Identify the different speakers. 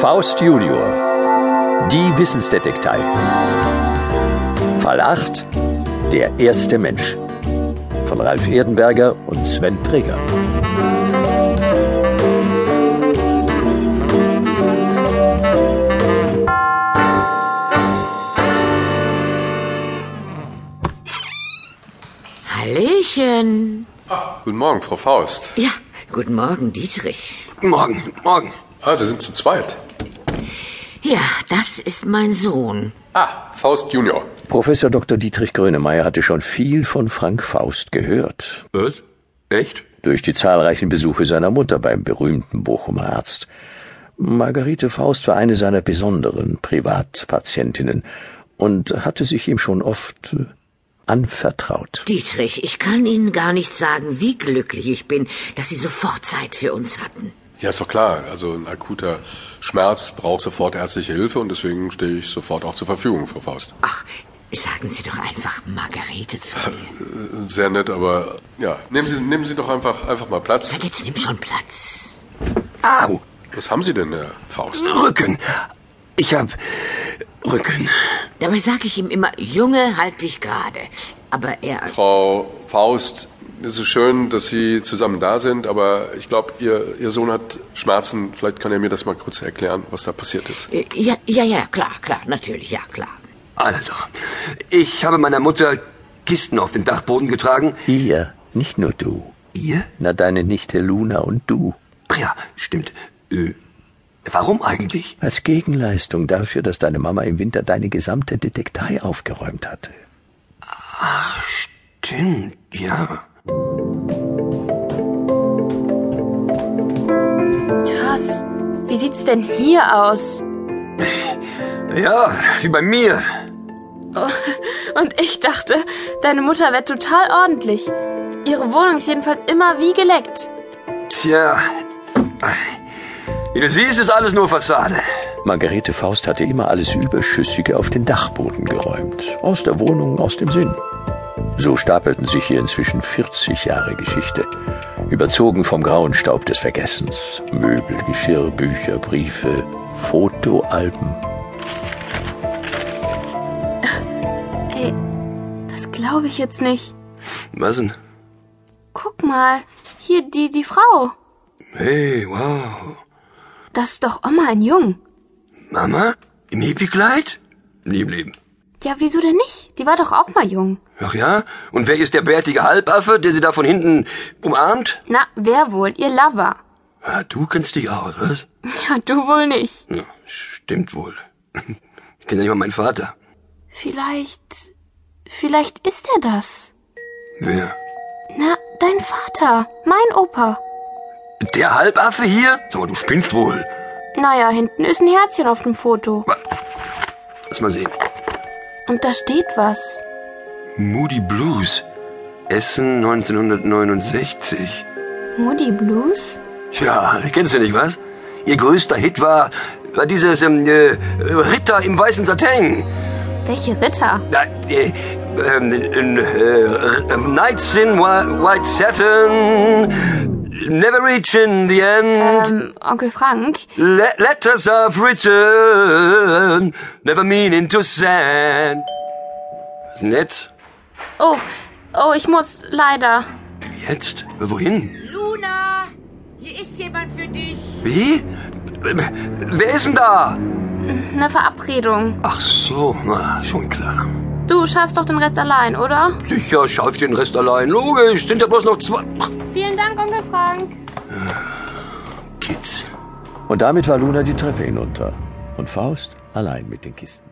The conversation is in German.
Speaker 1: Faust Junior. Die Wissensdetektei. Fall 8. Der erste Mensch. Von Ralf Erdenberger und Sven Preger.
Speaker 2: Hallöchen.
Speaker 3: Guten Morgen, Frau Faust.
Speaker 2: Ja, guten Morgen, Dietrich.
Speaker 4: Guten Morgen, guten Morgen.
Speaker 3: Ah, Sie sind zu zweit.
Speaker 2: Ja, das ist mein Sohn.
Speaker 3: Ah, Faust Junior.
Speaker 1: Professor Dr. Dietrich Grönemeyer hatte schon viel von Frank Faust gehört.
Speaker 4: Was? Echt?
Speaker 1: Durch die zahlreichen Besuche seiner Mutter beim berühmten Bochumer Arzt. Margarete Faust war eine seiner besonderen Privatpatientinnen und hatte sich ihm schon oft äh, anvertraut.
Speaker 2: Dietrich, ich kann Ihnen gar nicht sagen, wie glücklich ich bin, dass Sie sofort Zeit für uns hatten.
Speaker 3: Ja, ist doch klar. Also ein akuter Schmerz braucht sofort ärztliche Hilfe und deswegen stehe ich sofort auch zur Verfügung, Frau Faust.
Speaker 2: Ach, sagen Sie doch einfach Margarete zu mir.
Speaker 3: Sehr nett, aber ja, nehmen Sie, nehmen Sie doch einfach, einfach mal
Speaker 2: Na,
Speaker 3: Platz.
Speaker 2: Jetzt nimm schon Platz.
Speaker 4: Au,
Speaker 3: Was haben Sie denn, Herr Faust?
Speaker 4: Rücken. Ich hab Rücken.
Speaker 2: Dabei sage ich ihm immer, Junge, halt dich gerade. Aber er...
Speaker 3: Frau Faust, es ist schön, dass Sie zusammen da sind, aber ich glaube, Ihr, Ihr Sohn hat Schmerzen. Vielleicht kann er mir das mal kurz erklären, was da passiert ist.
Speaker 2: Äh, Ja, ja, ja, klar, klar, natürlich, ja, klar.
Speaker 4: Also, ich habe meiner Mutter Kisten auf den Dachboden getragen.
Speaker 1: Ihr, nicht nur du.
Speaker 4: Ihr?
Speaker 1: Na, deine Nichte Luna und du.
Speaker 4: Ach ja, stimmt. Äh, warum eigentlich?
Speaker 1: Als Gegenleistung dafür, dass deine Mama im Winter deine gesamte Detektei aufgeräumt hatte.
Speaker 4: Stimmt, ja.
Speaker 5: Krass. Wie sieht's denn hier aus?
Speaker 4: Ja, wie bei mir.
Speaker 5: Und ich dachte, deine Mutter wird total ordentlich. Ihre Wohnung ist jedenfalls immer wie geleckt.
Speaker 4: Tja. Wie du siehst, ist alles nur Fassade.
Speaker 1: Margarete Faust hatte immer alles Überschüssige auf den Dachboden geräumt. Aus der Wohnung, aus dem Sinn. So stapelten sich hier inzwischen 40 Jahre Geschichte. Überzogen vom grauen Staub des Vergessens. Möbel, Geschirr, Bücher, Briefe, Fotoalben.
Speaker 5: Ey, das glaube ich jetzt nicht.
Speaker 4: Was denn?
Speaker 5: Guck mal, hier die, die Frau.
Speaker 4: Hey, wow.
Speaker 5: Das ist doch Oma in Jung.
Speaker 4: Mama? Im Hippiekleid? Nie im Leben.
Speaker 5: Ja, wieso denn nicht? Die war doch auch mal jung.
Speaker 4: Ach ja? Und wer ist der bärtige Halbaffe, der sie da von hinten umarmt?
Speaker 5: Na, wer wohl? Ihr Lover.
Speaker 4: Ah, du kennst dich aus, was?
Speaker 5: Ja, du wohl nicht.
Speaker 4: Ja, stimmt wohl. Ich kenne ja nicht mal meinen Vater.
Speaker 5: Vielleicht. Vielleicht ist er das.
Speaker 4: Wer?
Speaker 5: Na, dein Vater. Mein Opa.
Speaker 4: Der Halbaffe hier? Sag mal, du spinnst wohl.
Speaker 5: Naja, hinten ist ein Herzchen auf dem Foto.
Speaker 4: Wa- Lass mal sehen.
Speaker 5: Und da steht was.
Speaker 4: Moody Blues. Essen 1969.
Speaker 5: Moody Blues?
Speaker 4: Ja, kennst du nicht, was? Ihr größter Hit war, war dieses ähm, äh, Ritter im weißen Satin.
Speaker 5: Welche Ritter?
Speaker 4: Na, äh, ähm, äh, äh, äh, Nights in Whi- White Satin. Never reaching the end.
Speaker 5: Ähm, Onkel Frank?
Speaker 4: Le letters of return. Never meaning to send. Was denn jetzt?
Speaker 5: Oh, oh, ich muss leider.
Speaker 4: Jetzt? Wohin?
Speaker 2: Luna, hier ist jemand für dich.
Speaker 4: Wie? Wer ist denn da?
Speaker 5: Eine Verabredung.
Speaker 4: Ach so, na, schon klar.
Speaker 5: Du schaffst doch den Rest allein, oder?
Speaker 4: Sicher, schaff ich den Rest allein. Logisch, sind ja bloß noch zwei. Ach,
Speaker 5: Vielen Dank, Onkel Frank.
Speaker 4: Kids.
Speaker 1: Und damit war Luna die Treppe hinunter. Und Faust allein mit den Kisten.